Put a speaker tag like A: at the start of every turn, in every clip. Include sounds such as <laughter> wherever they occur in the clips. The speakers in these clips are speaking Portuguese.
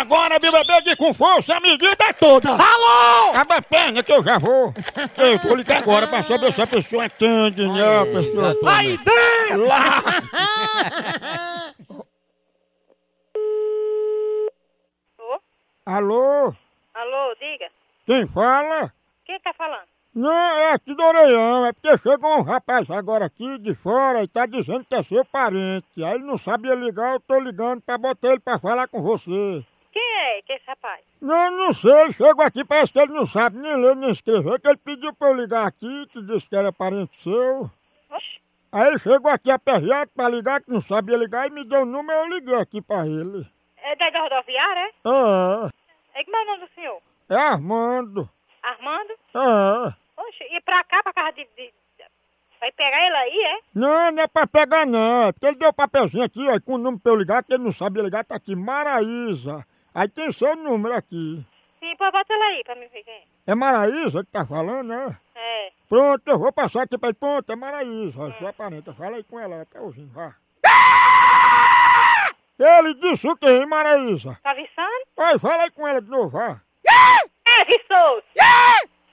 A: agora, Biba Big, com força, a medida toda.
B: Alô!
A: Acaba a perna que eu
B: <laughs>
A: já vou. Eu vou ligar agora pra saber se a pessoa atende, né? A pessoa...
B: Aí dentro!
A: Lá!
B: <laughs>
C: Alô?
A: Alô?
C: Alô, diga.
A: Quem fala?
C: Quem tá falando?
A: Não, é aqui do Oreião, é porque chegou um rapaz agora aqui de fora e tá dizendo que é seu parente. Aí ele não sabia ligar, eu tô ligando pra botar ele pra falar com você.
C: Quem é que é esse rapaz?
A: Não, não sei, ele chegou aqui, parece que ele não sabe nem ler nem escrever, que ele pediu pra eu ligar aqui, que disse que era parente seu.
C: Oxi,
A: Aí ele chegou aqui aperreado pra ligar, que não sabia ligar, e me deu o número, eu liguei aqui pra ele.
C: é da da rodoviária,
A: É,
C: é? É como é o nome do senhor?
A: é Armando.
C: Armando?
A: É.
C: Oxe, e pra cá, pra casa de... de- Vai pegar ele aí, é?
A: Não, não é pra pegar não. É porque ele deu o papelzinho aqui, ó, com o número pra eu ligar, que ele não sabia ligar, tá aqui, Maraísa. Aí tem seu número aqui.
C: Sim, pô, bota ele aí pra me ver quem
A: É Maraísa que tá falando, né?
C: é. É.
A: Pronto, eu vou passar aqui pra ele. Pronto, é Maraísa, ó, sua parenta. Fala aí com ela, ela tá ouvindo, vá. Ele disse o quê, hein, Maraísa?
C: Tá avisando?
A: Oi, fala aí com ela de novo, vá.
C: É, avisou! Tá?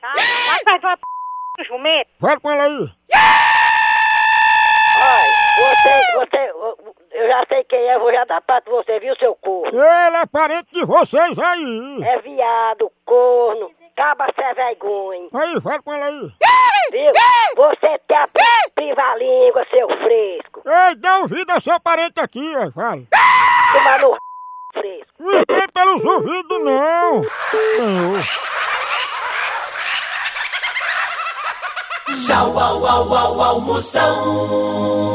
C: Vai fazer uma p... do jumento.
A: Fala com ela aí.
D: Ai, você, você, eu já sei quem é, vou já dar pra você, viu, seu corno?
A: Ele é parente de vocês aí.
D: É viado, corno, caba sem vergonha,
A: Aí, fala com ela aí.
D: viu? Você tem a priva língua, seu fresco.
A: Ei, dá ouvido a seu parente aqui, ó, fala.
D: Toma no r... fresco.
A: Não tem pelos ouvidos, não! Não.
B: Tchau, au, au, au, almoção.